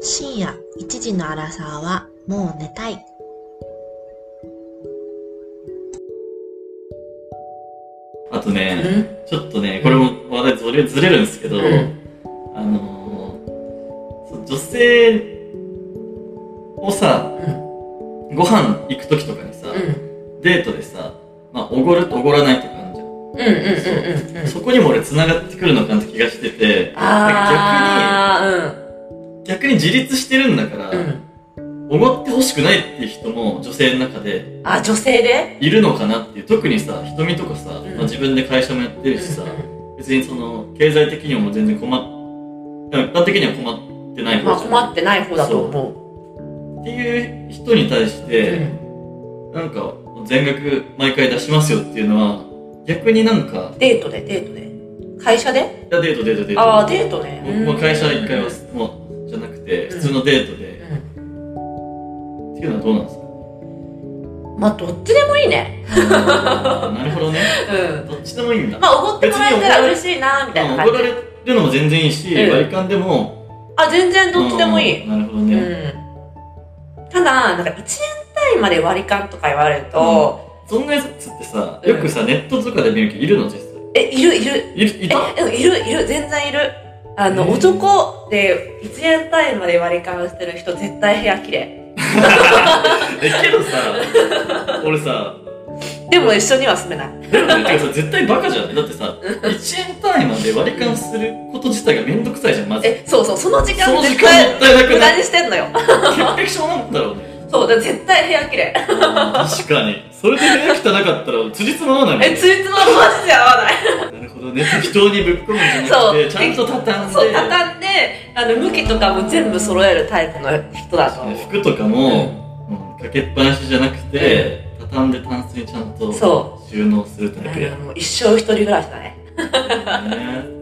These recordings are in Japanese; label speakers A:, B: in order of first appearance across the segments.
A: 深夜1時のアラサーはもう寝たい。
B: あと
C: う
B: ね、
C: ん
B: ちょっとね、これも話題ずれずれるんですけど、
C: うん
B: あのーそう女性をさ、
C: うん
B: ご飯行く時とかにさ、
C: うん
B: デートでさ、まあ、おごるとおごらないとかあるじ
C: うん
B: ゃん。
C: うんうんうん
B: そこにも俺繋がってくるのかなって気がしてて、
C: あー
B: 逆に自立してるんだから、
C: うんうん
B: おごってほしくないっていう人も女性の中で
C: あ女性で
B: いるのかなっていう、特にさ、瞳とかさ、
C: ん
B: まあ、自分で会社もやってるしさ、別にその、経済的にも全然困っ、一般的には困ってない
C: ま
B: 方
C: あ
B: じゃん
C: 困ってない方だと思
B: っていう人に対し
C: うう
B: て、
C: ん
B: なんか、全額毎回出しますよっていうのは、逆になんか、
C: デートでデートで会社で
B: いやデートデートデート。
C: ああデートね
B: 僕も会社一回は
C: うん、
B: もう、じゃなくて、
C: うん
B: 普通のデートで、っていうのはどうな んですか
C: まあどっちでもいいね
B: あーなるほどね。
C: うん
B: どっちでもいいんだ。
C: まあおごってもらえたら嬉しいなみたいな
B: あ
C: 感
B: 怒
C: じ
B: られるのも全然いいし、
C: うん
B: 割り勘でも。
C: あ全然どっちでもいい
B: うん。なるほど
C: う
B: ね。
C: んただなんか1年単位まで割り勘とか言われると、
B: そんなやつってさ、
C: うん
B: よくさ、ネットとかで見るけど、いるの実際。
C: えいるいる
B: いる、い
C: え
B: た
C: でもいるいる全然いるあの、
B: へー
C: 男で1年単位まで割り勘してる人絶対部屋綺麗
B: え、けどさ、俺さ、
C: でも一緒には住めない
B: でもね、てかさ絶対バカじゃん。だってさ、1円単位まで割り勘すること自体がめんどくさいじゃん、まず。
C: えそうそうその時
B: そ
C: 間
B: の時
C: 絶
B: 間も
C: 対
B: ったいなく
C: 無
B: な
C: 駄
B: い
C: にしてんのよ
B: 潔癖症なんだろうね。
C: そうだ絶対部屋綺麗
B: 確かに。それで部屋汚かったら、辻褄合わないもん
C: え
B: ね
C: ついつもマジで合わない
B: なるほどね。適当にぶっ込むんじゃなく
C: そう
B: て、ちゃんと畳んで。
C: そう畳んであの向きとかも全部揃えるタイプの人だと思う
B: 服とかも、うんかけっぱなしじゃなくて、畳んでタンスにちゃんと
C: そ
B: 収納するタイプ
C: あ
B: や
C: のもう一生一人暮らしだね
B: ね。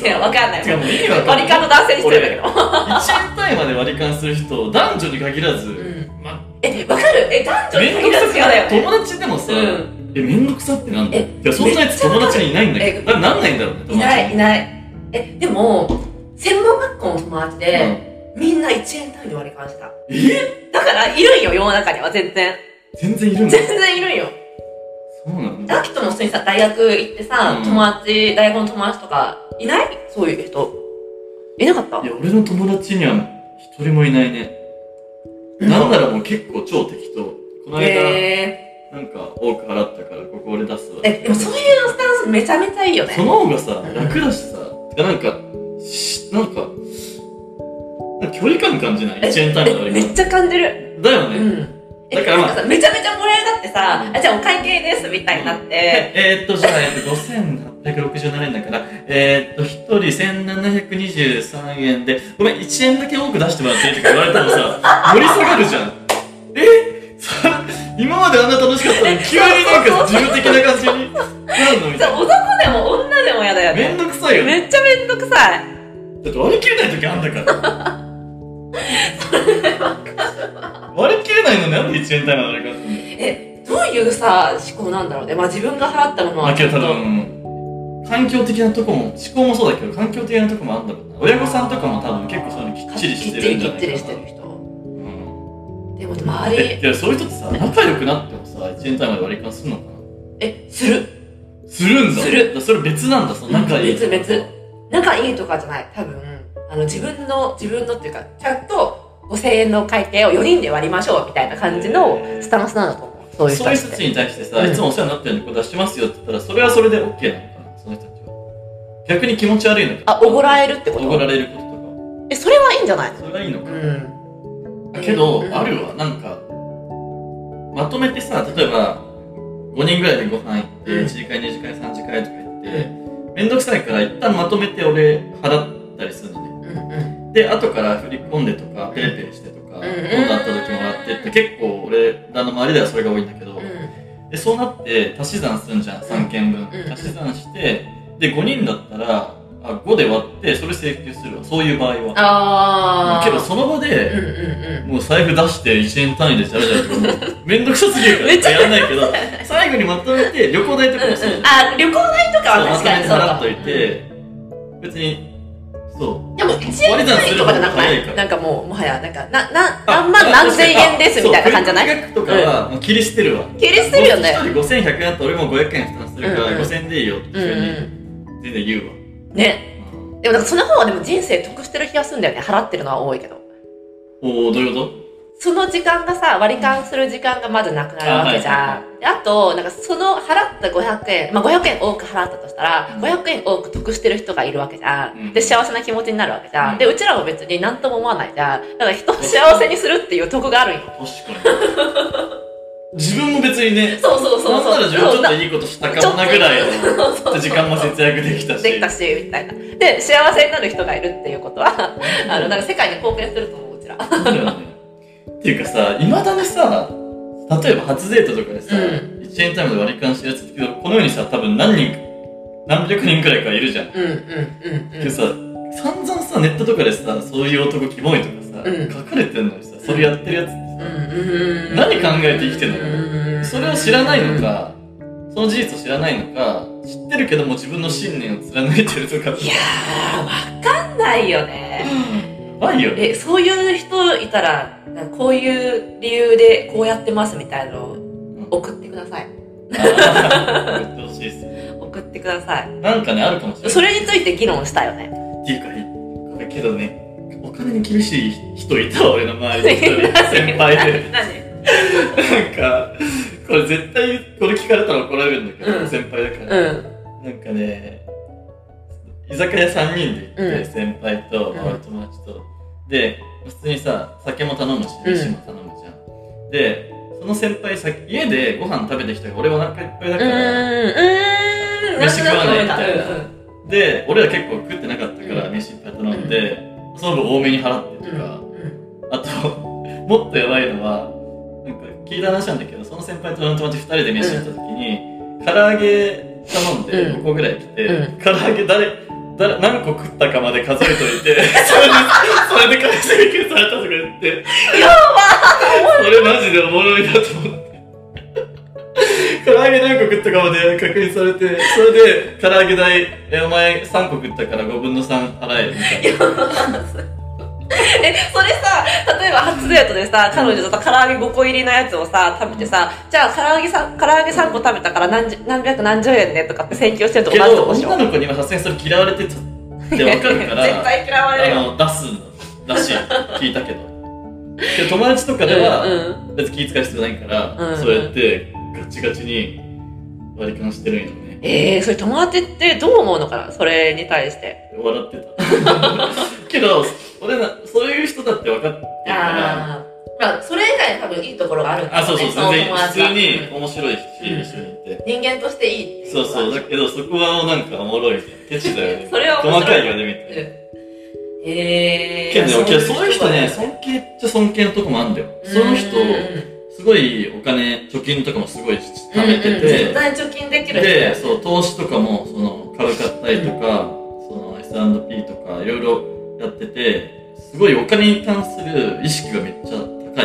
C: いやわかんない
B: てかもう意味わかんな
C: 割
B: い。
C: り勘の男性にしてるんだけど
B: 1円単位まで割り勘する人、男女に限らず、
C: う
B: ま
C: え、わかるえ、男女に
B: めんど
C: 限
B: く
C: ら
B: さ
C: ず
B: く
C: 嫌だよ
B: ない
C: ね。
B: 友達でもさ、
C: うん。
B: え、めんどくさってなんだ
C: え
B: いや、そんなやつ友達にいないんだけ
C: え
B: ど、ななんないんだろうね、友達
C: いない、いない。え、でも、専門学校の友達で、みんな1円単位で割り勘した。
B: うんえ
C: だから、いるんよ、世の中には、全然。
B: 全然いるんだ。
C: 全然いるんよ。
B: そうなんだ。
C: アキトも普通にさ、大学行ってさ、
B: うん
C: 友達、大学の友達とか、いないそういう人。いなかった
B: いや、俺の友達には一人もいないね。なんならもう結構超適当。この間、
C: へ
B: なんか多く払ったからここ俺出す
C: ー
B: わ
C: え、でもそういうスタンスめちゃめちゃいいよね。
B: その方がさ
C: うん
B: 楽だしさてかなんかしなんかなんか距離感感じない
C: え
B: 1円単位の
C: えめっ
B: 割
C: ちゃ感じる。
B: だよ
C: う
B: ね
C: ん。え
B: だからまあ
C: なんさめちゃめちゃ盛り上がってさ
B: う、ん
C: あ、じゃあお会計です、みたいになって、
B: ええーっとじゃあえっと5867円だからえーっと1人1723円でごめん1円だけ多く出してもらっていいとか言われた らさ盛り下がるじゃんえさ今まであんな楽しかったのに急になんか自分的な感じになるの み
C: じゃ
B: た
C: あ
B: い
C: 男でも女でも嫌だよ
B: な
C: ね。
B: めんどくさいよね
C: めっちゃめんどくさい。
B: だって割り切れない時あんだから割り切れないのになんで1円単位なのあれかっていう
C: え、どういうさ、思考なんだろうね。まあ自分が払ったもの
B: まあ
C: は
B: け
C: ちょ
B: ど
C: っと。
B: 多分環境的なとこも思考もそうだけど環境的なとこもあるんだろうな親御さんとかも多分結構そういうのきっちりしてるんじゃな
C: き
B: いか
C: っちりきっちり
B: な
C: してる人。
B: うん
C: でも周
B: え
C: り、
B: いやそういう人ってさ仲良くなってもさ1円単位まで割り勘するのかな
C: え、する。
B: するんだ
C: する
B: だからそれ別なんだその仲いい
C: 別別仲いいとかじゃない。多分、あの自分の、自分のっていうか、ちゃんと5000円の会計を4人で割りましょうみたいな感じの
B: へー
C: スタンスなんだと思う。そういう人
B: そう
C: た
B: いう
C: ち
B: 人
C: った
B: ち
C: て。
B: に対してさ、
C: うん
B: いつもお世話になってるのこれ出しますよって言ったらそれはそれで OK なのかなその人たちは逆に気持ち悪いのか
C: あ、おごら
B: れ
C: れるってこ
B: おご
C: と
B: られること
C: え、それはいいんじゃない
B: と
C: の
B: かそれがいいのか
C: う
B: な、
C: ん。
B: けど、
C: うん
B: あるわなんかまとめてさ例えば5人ぐらいでご飯行って、
C: うん
B: 1次会2次会3次会とか行ってめんどくさいから一旦まとめて俺払ったりするのね
C: うんうん。
B: で後から振り込んでとかペイペイしてとか、
C: ん
B: 今度会った時もらってって結構俺らの周りではそれが多いんだけど、
C: うん。
B: でそうなって足し算すんじゃん3件分、
C: うん
B: 足し算してで5人だったらあ5で割ってそれ請求するわそういう場合は
C: あー。
B: けどその場
C: うん
B: で、
C: うんうん。
B: もう財布出して1円単位でやるじゃんもうめんどくさすぎるから
C: めっちゃ
B: や らないけど最後にまとめて旅行代とかもそうじゃん
C: あ、旅行代とかは
B: ま
C: 確
B: と
C: か
B: め
C: に
B: て
C: そうか
B: 払っといて別にそう。
C: でも1円
B: 割り算す
C: 単位
B: る
C: とか
B: 方が
C: じゃなくな
B: 早いから
C: いなんかもう、もはや、なんか、な、な、
B: あ
C: 何万何千円ですみたいな感じじゃな
B: そ
C: い
B: うクレカとかは、もう切り捨てるわ。
C: 切り捨てるよね。
B: 1人5100円あったら俺も500円負担するから、
C: うんうん
B: 5000円でいいよって
C: うん
B: 普通に
C: う
B: 全然言うわ。
C: ん。ね。でもなんかその方はでも人生得してる気がするんだよね。払ってるのは多いけど。
B: おおどういうこ
C: その時間がさ、割り勘する時間がまずなくなるわけじゃん。であと、なんかその払った500円、まあ500円多く払ったとしたら、
B: うん
C: 500円多く得してる人がいるわけじゃ
B: うん
C: ん。で、幸せな気持ちになるわけじゃ
B: うん
C: ん。で、うちらも別に何とも思わないじゃん。だから人を幸せにするっていう得があるんよ。
B: と確か に。自分も別にね、
C: そうそうそうそう。
B: なんなら自分ちょっと
C: そう
B: いいことしたかもなぐらい、
C: ちょっとそうそうそう
B: 時間も節約できたし。
C: できたし、みたいな。で、幸せになる人がいるっていうこと は、あの、なんか世界に貢献すると思う、うちら。
B: そうだよね っていうかさ、いまだにさ、例えば初デートとかでさ、
C: う
B: 1円単位で割り勘してるやつってけど、この世にさ、多分何人、何百人くらいかいるじゃん。
C: うんうんうんう
B: けどさ、散々さ、ネットとかでさ、そういう男キモいとかさ、
C: うん
B: 書かれてんのにさ、それやってるやつってさ、
C: ん。
B: 何考えて生きてんの
C: の
B: それを知らないの。か、その事実を知らないのか、知ってるけども自分の信念を貫いてるとか、
C: いやー、わかんないよね。
B: やばい よね。
C: え、そういう人いたら、なんかこういう理由でこうやってますみたいなのを送ってください。
B: あー言ってほしいっすね。
C: 送ってください。
B: なんかね、あるかもしれない。
C: それについて議論したよね。
B: っていうかね、けどね、お金に厳しい人いたわ、俺の周りで一 人先輩で。
C: 何
B: なんか、これ絶対、これ聞かれたら怒られるんだけど、
C: うん
B: 先輩だから。
C: うん。
B: なんかね、居酒屋3人で行って、
C: うん
B: 先輩と、
C: うん
B: まあ俺友達と。で、普通にさ、酒も頼むし、
C: うん
B: 飯も頼むじゃん。で、その先輩さ、家でご飯食べてきたから、俺お腹いっぱいだ
C: うー
B: か
C: ん。
B: ら、
C: うーん。
B: 飯食わないみたいな
C: うん
B: で、俺ら結構食ってなかったから、
C: う
B: 飯いっぱい頼んで、その分多めに払って
C: う
B: とか、
C: ん
B: あと、もっとやばいのは、なんか聞いた話なんだけど、その先輩と俺の友達2人で飯行った時に、唐揚げ頼んで
C: うん
B: 5個ぐらい来て、
C: う
B: 唐揚げ誰、誰、何個食ったかまで数えといて、 それで、それで返してくれされたとか言って、やばそれマジでおもろいなと思って。唐揚げ何個食ったかまで確認されて、それで、唐揚げ代、えお前3個食ったから5分の3払え、みたいな。
C: え、それさ、例えば初デートでさ、彼女とさ、唐揚げ5個入りのやつをさ、食べてさ、じゃあ唐揚げさ、唐揚げ3個食べたから何十何百何十円ねとかって請求してると
B: け
C: 同じと
B: ど、
C: こでしょ
B: 女の子にはさすがにそれ嫌われてた ってわかるから、
C: 絶対嫌われる
B: あ
C: よ。
B: の出すらしい聞いたけどけど友達とかでは
C: うん
B: 別に気遣う必要ないから、
C: うん
B: そうやってガチガチに割り勘してるんやろね
C: ええそれ友達ってどう思うのかなそれに対して。
B: 笑ってた けど俺らそういう人だって分かってるから
C: あ。まあ、それ以外に多分いいところがあるんだ
B: あそうそう
C: の
B: 全然
C: 友
B: 普
C: 達は
B: 通に面白いし、
C: うん
B: 一緒にいて
C: 人間としていいってい
B: そうそうだ
C: う
B: けどそこはなんかおもろいねケチだよね
C: それは面白い
B: 細かいよねみたいな
C: ええ
B: けどねけどそういう人ね尊敬っちゃ尊敬のとこもあるんだよその人すごいお金貯金とかもすごい貯めてて、
C: 絶対貯金できる人
B: で、そう、投資とかも、その、株買ったりとか、その S&P とか、いろいろやってて、すごいお金に関する意識がめっちゃ高いから、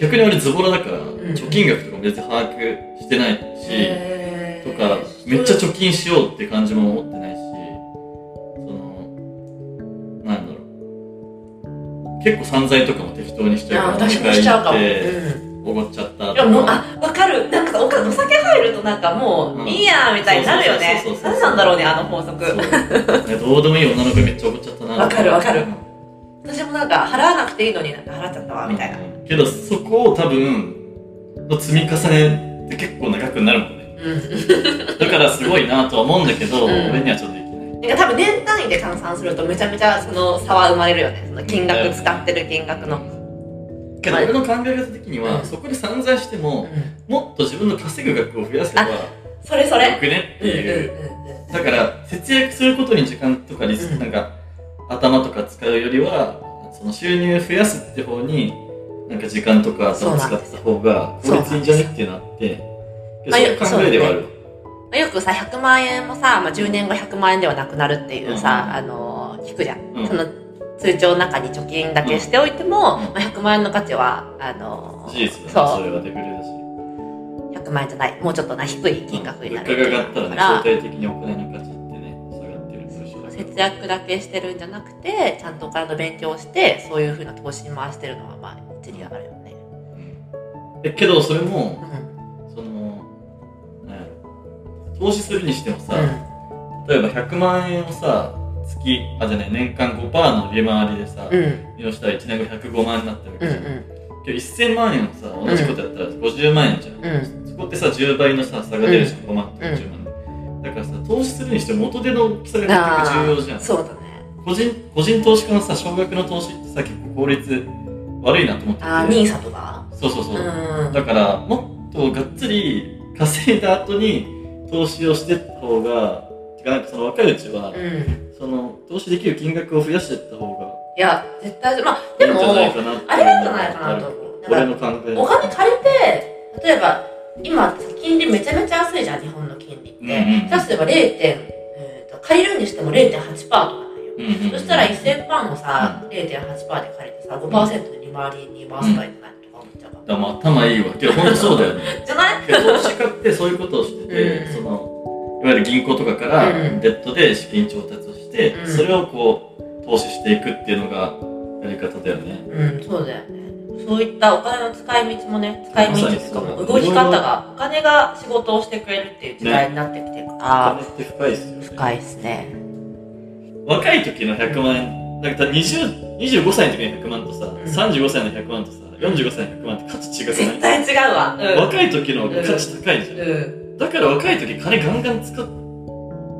B: 逆に俺ズボラだから、貯金額とかも別に把握してないし、
C: へ
B: と
C: ー
B: か、めっちゃ貯金しようって感じも思ってないし、その、なんだろう。結構散財とかも適当にしち
C: あ
B: ゃうから、
C: 私もしちゃうかも。
B: お
C: う
B: 互い
C: ん
B: 行っておごっちゃった
C: いやもう、あ、わかる。なんかさおかお酒入るとなんかも
B: うん
C: う、いいやみたいになるよね
B: そうそう。そうそ
C: 何
B: う
C: なんだろうね、あの法則。
B: そうどうでもいい女の子めっちゃ怒っちゃったな
C: わかるわかる私もなんか払わなくていいのになんか払っちゃったわ、みたいな。
B: けどそこを多分の積み重ねって結構長くなるもんね
C: うん。
B: だからすごいなとは思うんだけど、
C: うん
B: 俺にはちょっとできない
C: なんか多分年単位で換算するとめちゃめちゃその差は生まれるよね。その金額使ってる金額の。
B: けど
C: はい
B: 俺の考え方的には、
C: うん
B: そこで散財してももっと自分の稼ぐ額を増やせばよ
C: それそ
B: く
C: れ。
B: ねって
C: うんうん
B: いう、だから節約することに時間とかリス、
C: うん
B: なんか頭とか使うよりはその収入増やすって方になんか時間とか頭使った方が
C: そ
B: 効
C: うなんですよ
B: 率いいんじゃねってなって
C: まあ
B: そういう考えではある、
C: うん。よくさ、100万円もさ、まあ、10年後100万円ではなくなるっていうさ、
B: うん
C: あのー聞くじゃん。
B: うん
C: その通帳の中に貯金だけしておいても、
B: うん
C: まあ、100万円の価値は、あのー
B: 事実だねそ
C: そ
B: れはデフレだし
C: う、100万円じゃない、もうちょっとな、低い金額になるって
B: 物価
C: い
B: が
C: う
B: 上がった
C: から
B: ね
C: ら
B: 相対的にお金の価値ってね下がってるそういう人だから
C: 節約だけしてるんじゃなくてちゃんとお金の勉強をしてそういうふうな投資に回してるのはまあ一理あるよね。
B: えけどそれも
C: うん
B: そのなんやろ投資するにしてもさ、
C: うん
B: 例えば100万円をさ月あじゃない年間5%の利回りでさ、
C: うん
B: 利用したら1年後105万円になってるわ
C: う
B: け
C: ん
B: じゃん、けど1000万円をさ同じことやったら50万円じゃん、
C: うんうん
B: そこってさ10倍のさ差が出るじゃん5万とか10万、だからさ投資するにしても元手の大きさが結局重要じゃん
C: そうだね。
B: 個人個人投資家のさ少額の投資ってさ結構効率悪いなと思ってて
C: あーニーサとか。
B: そうそうそうう、
C: ん。
B: だからもっとがっつり稼いだ後に投資をしてった方がてかなんかその若いうちは、
C: うん。
B: その投資できる金額を増やしてった方が
C: いや絶対まあで
B: いいん
C: も
B: じゃないかなって
C: あれがいいんじゃないかなと思う。だから
B: 俺の考え
C: お金借りて例えば今金利めちゃめちゃ安いじゃん日本の金利って、
B: うんうんうん
C: さすれば0点、えーと借りるにしても0.8%とかなんよ、
B: うんうんうん
C: そしたら1000万をさ、0.8%で借りてさ5%で利回りに回せばいいんじゃないとか思っちゃうか
B: だからもう頭いいわけど本当そうだよね
C: らじゃない
B: けど投資家ってそういうことをしてて、
C: うん
B: そのいわゆる銀行とかから
C: うん
B: デッドで資金調達をして、
C: うん
B: それをこう投資していくっていうのがやり方だよね。
C: うんそうだよねそういったお金の使い道もね使い道とか
B: まさにそう
C: も
B: だね
C: 動き方がお金が仕事をしてくれるっていう時代になってきてるから、
B: お金って深いですよね。
C: 深いですね
B: 若い時の100万円、なんか20 25歳の時の100万とさ、
C: ん
B: 35歳の100万とさ、45歳の100万って価値違くない
C: 絶対違うわう
B: 若い時の方が価値高いじゃん
C: ん、う
B: だから若い時金ガンガン使った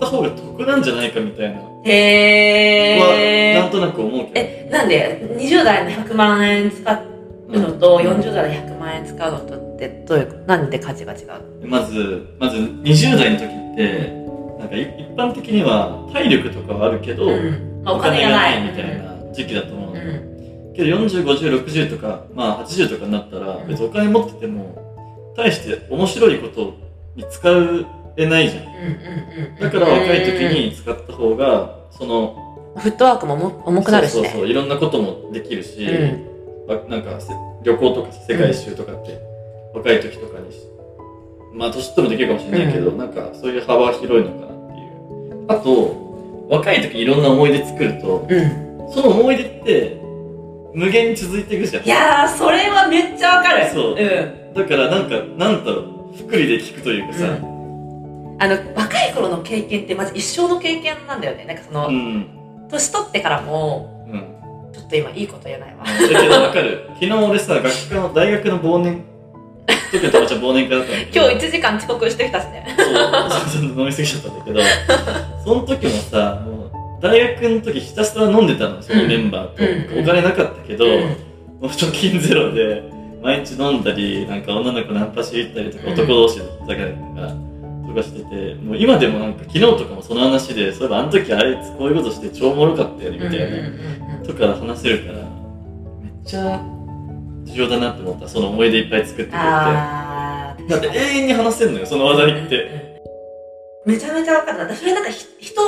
B: 方が得なんじゃないかみたいな、
C: ん、へー
B: はなんとなく思うけ
C: えなんで20代の100万円使
B: ど、
C: うのと
B: うん
C: 40代の100万円使うのとってどういうなんで価値が違う
B: まずまず20代の時ってなんかい一般的には体力とかはあるけど、
C: んまあ、お金がない
B: みたいな時期だと思う、
C: うんうん
B: けど405060とか、まあ、80とかになったら
C: うん
B: 別にお金持ってても大して面白いことに使えないじゃん
C: うんうんうん
B: だから若い時に使った方がその
C: フットワークもも重くなるしね
B: そうそうそういろんなこともできるし、
C: うん
B: まなんかせ旅行とか世界一周とかって、若い時とかにしまあ年取ってもできるかもしれないけど、なんかそういう幅広いのかなっていうあと若い時いろんな思い出作ると
C: うん
B: その思い出って無限に続いていくじゃん
C: いやーそれはめっちゃわかる
B: そうんだからなんかなんだろう福利で聞くというかさ、
C: うあの若い頃の経験ってまず一生の経験なんだよねなんかその、
B: うん
C: 年取ってからも
B: うん
C: ちょっと今いいこと言えないわ
B: だけどわかる昨日俺さ学科の大学の忘年特に友達は忘年会だったんだけど
C: 今日1時間遅刻してきたしね
B: そう、そうそう飲み過ぎちゃったんだけど、 その時もさ、もう、大学の時ひたすら飲んでたの、そのメンバーと。
C: うんうん
B: お金なかったけど、
C: うん
B: もう貯金ゼロで、毎日飲んだり、なんか女の子ナンパしに行ったりとか、
C: うん
B: 男同士の戦いとか、とかしてて、もう今でもなんか昨日とかもその話で、そういえばあの時あれこういうことして超おもろかったよね、みたいな、
C: うんうんうんうん
B: とか話せるから、めっちゃ重要だなって思った、その思い出いっぱい作ってくれて。だ
C: あー
B: って永遠に話せんのよ、その話題って。
C: うんめちゃめちゃ分かるな私それなんかひ人